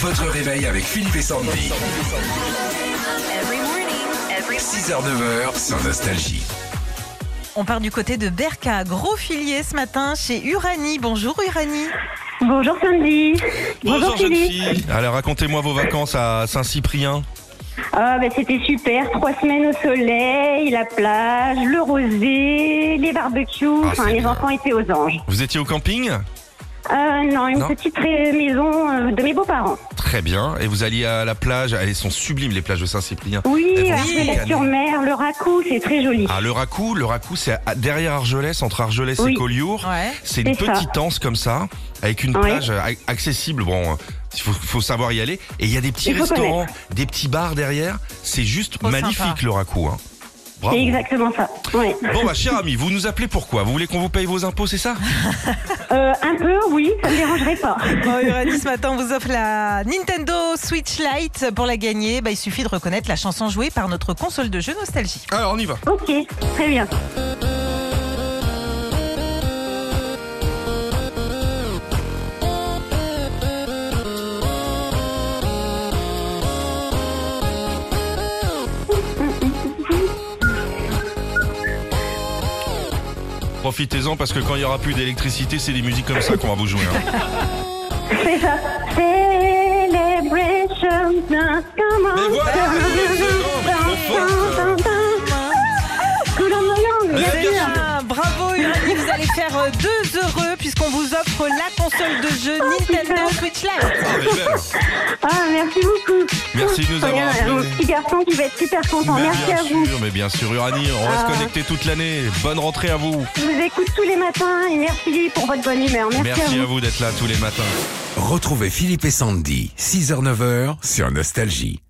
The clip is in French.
Votre réveil avec Philippe et Sandy. 6h-9h sur Nostalgie. On part du côté de Berca, gros filier ce matin chez Uranie. Bonjour Uranie. Bonjour Sandy. Bonjour jeune Philippe. fille. Alors racontez-moi vos vacances à Saint-Cyprien. Ah ben c'était super, trois semaines au soleil, la plage, le rosé, les barbecues, Ah, enfin c'est les bien. enfants étaient aux anges. Vous étiez au camping Euh, non, une Non. petite ré- maison euh, de mes beaux-parents. Très bien. Et vous alliez à la plage Elles sont sublimes les plages de Saint-Cyprien. Oui, Elles vont après se la sur mer, le racou, c'est très joli. Eh Ah le Racou, le Racou c'est à- derrière Argelès, entre Argelès et Oui. Collioure. Ouais. C'est une C'est ça. petite anse comme ça, avec une Ouais. plage euh, ac- accessible. Bon, il faut, faut savoir y aller. Et il y a des petits Il faut restaurants, des petits bars derrière. C'est juste Trop sympa. magnifique le Racou. hein. Bravo. C'est exactement ça. Ouais. Bon bah cher ami, vous nous appelez pourquoi Vous voulez qu'on vous paye vos impôts, c'est ça Euh, un peu, oui, ça ne me dérangerait pas. Bon, Uranie ce matin on vous offre la Nintendo Switch Lite. Pour la gagner, bah, il suffit de reconnaître la chanson jouée par notre console de jeu Nostalgie. Alors on y va. Ok, très bien. Profitez-en parce que quand il y aura plus d'électricité, c'est des musiques comme ça qu'on va vous jouer. hein. C'est ça. Celebration. Mais voilà, Bah, mais c'est grand, mais trop fort, Tout le Ah, monde, bien C'est sûr. bien. Bravo Uranie, vous allez faire euh, deux heureux puisqu'on vous offre la console de jeu Nintendo Switch Lite. bah, Ah, mais belle. Ah, merci beaucoup. Merci de nous avoir Regarde, appelés. Mon petit garçon qui va être super content. Mais Merci bien à vous. sûr, mais bien sûr, Uranie, on reste Ah. connecté toute l'année. Bonne rentrée à vous. Je vous écoute tous les matins et merci pour votre bonne humeur. Merci, à vous. Merci à vous d'être là tous les matins. Retrouvez Philippe et Sandy, 6h-9h sur Nostalgie.